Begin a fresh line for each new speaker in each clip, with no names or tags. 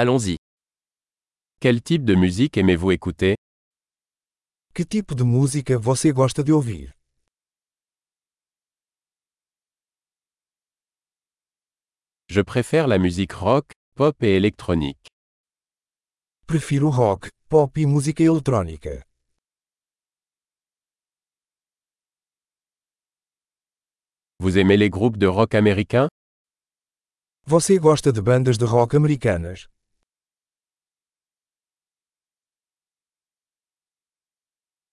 Allons-y. Quel type de musique aimez-vous écouter
Que tipo de música você gosta de ouvir?
Je préfère la musique rock, pop et électronique.
Prefiro rock, pop e música eletrônica.
Vous aimez les groupes de rock américains
Você gosta de bandas de rock americanas?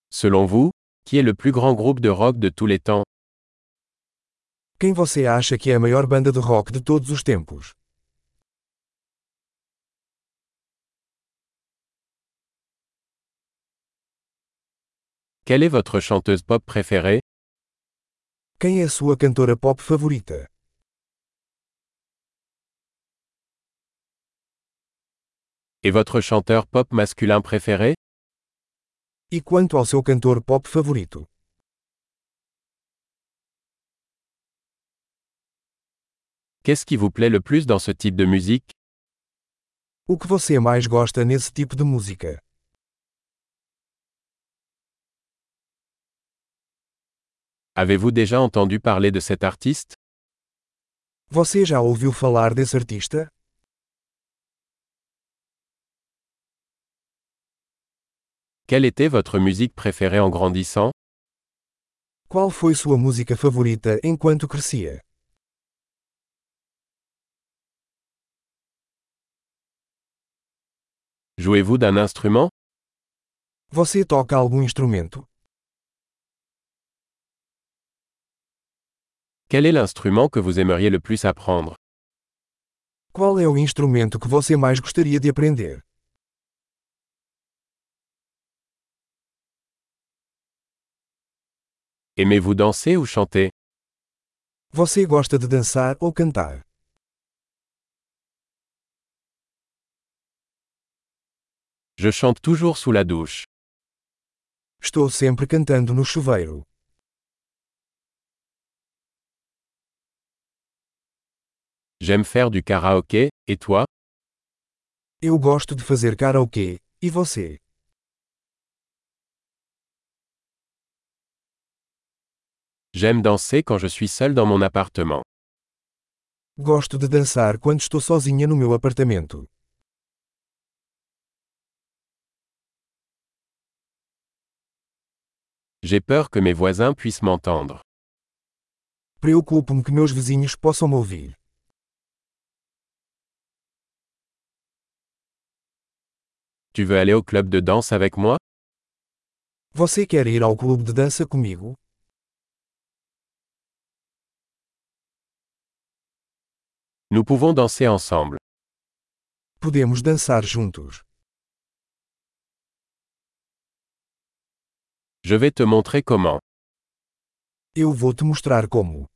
Selon vous, qui est le plus grand groupe de rock de tous les temps
Quem você acha que é a maior banda de rock de todos os tempos?
Quelle est votre chanteuse pop préférée
Quem é a sua cantora pop favorita?
Et votre chanteur pop masculin préféré
E quanto ao seu cantor pop favorito?
Qu'est-ce qui vous plaît le plus dans ce type de musique
O que você mais gosta nesse tipo de música?
Avez-vous déjà entendu parler de cet artiste
Você já ouviu falar desse artista?
Quelle était votre musique préférée en grandissant
Qual foi sua música favorita enquanto crescia?
Jouez-vous d'un instrument
Você toca algum instrumento?
Quel est l'instrument que vous aimeriez le plus apprendre
Qual é o instrumento que você mais gostaria de aprender?
Aimez-vous danser ou chanter
Você gosta de dançar ou cantar?
Je chante toujours sous la douche.
Estou sempre cantando no chuveiro.
J'aime faire du karaoké, et toi
Eu gosto de fazer karaokê. E você?
J'aime danser quand je suis seul dans mon appartement.
Gosto de dançar quando estou sozinha no meu apartamento.
J'ai peur que mes voisins puissent m'entendre.
Preocupo-me que meus vizinhos possam me ouvir.
Tu veux aller au club de danse avec moi
Você quer ir ao clube de dança comigo?
Nous pouvons danser ensemble.
Podemos dançar juntos.
Je vais te montrer comment.
Eu vou te mostrar como.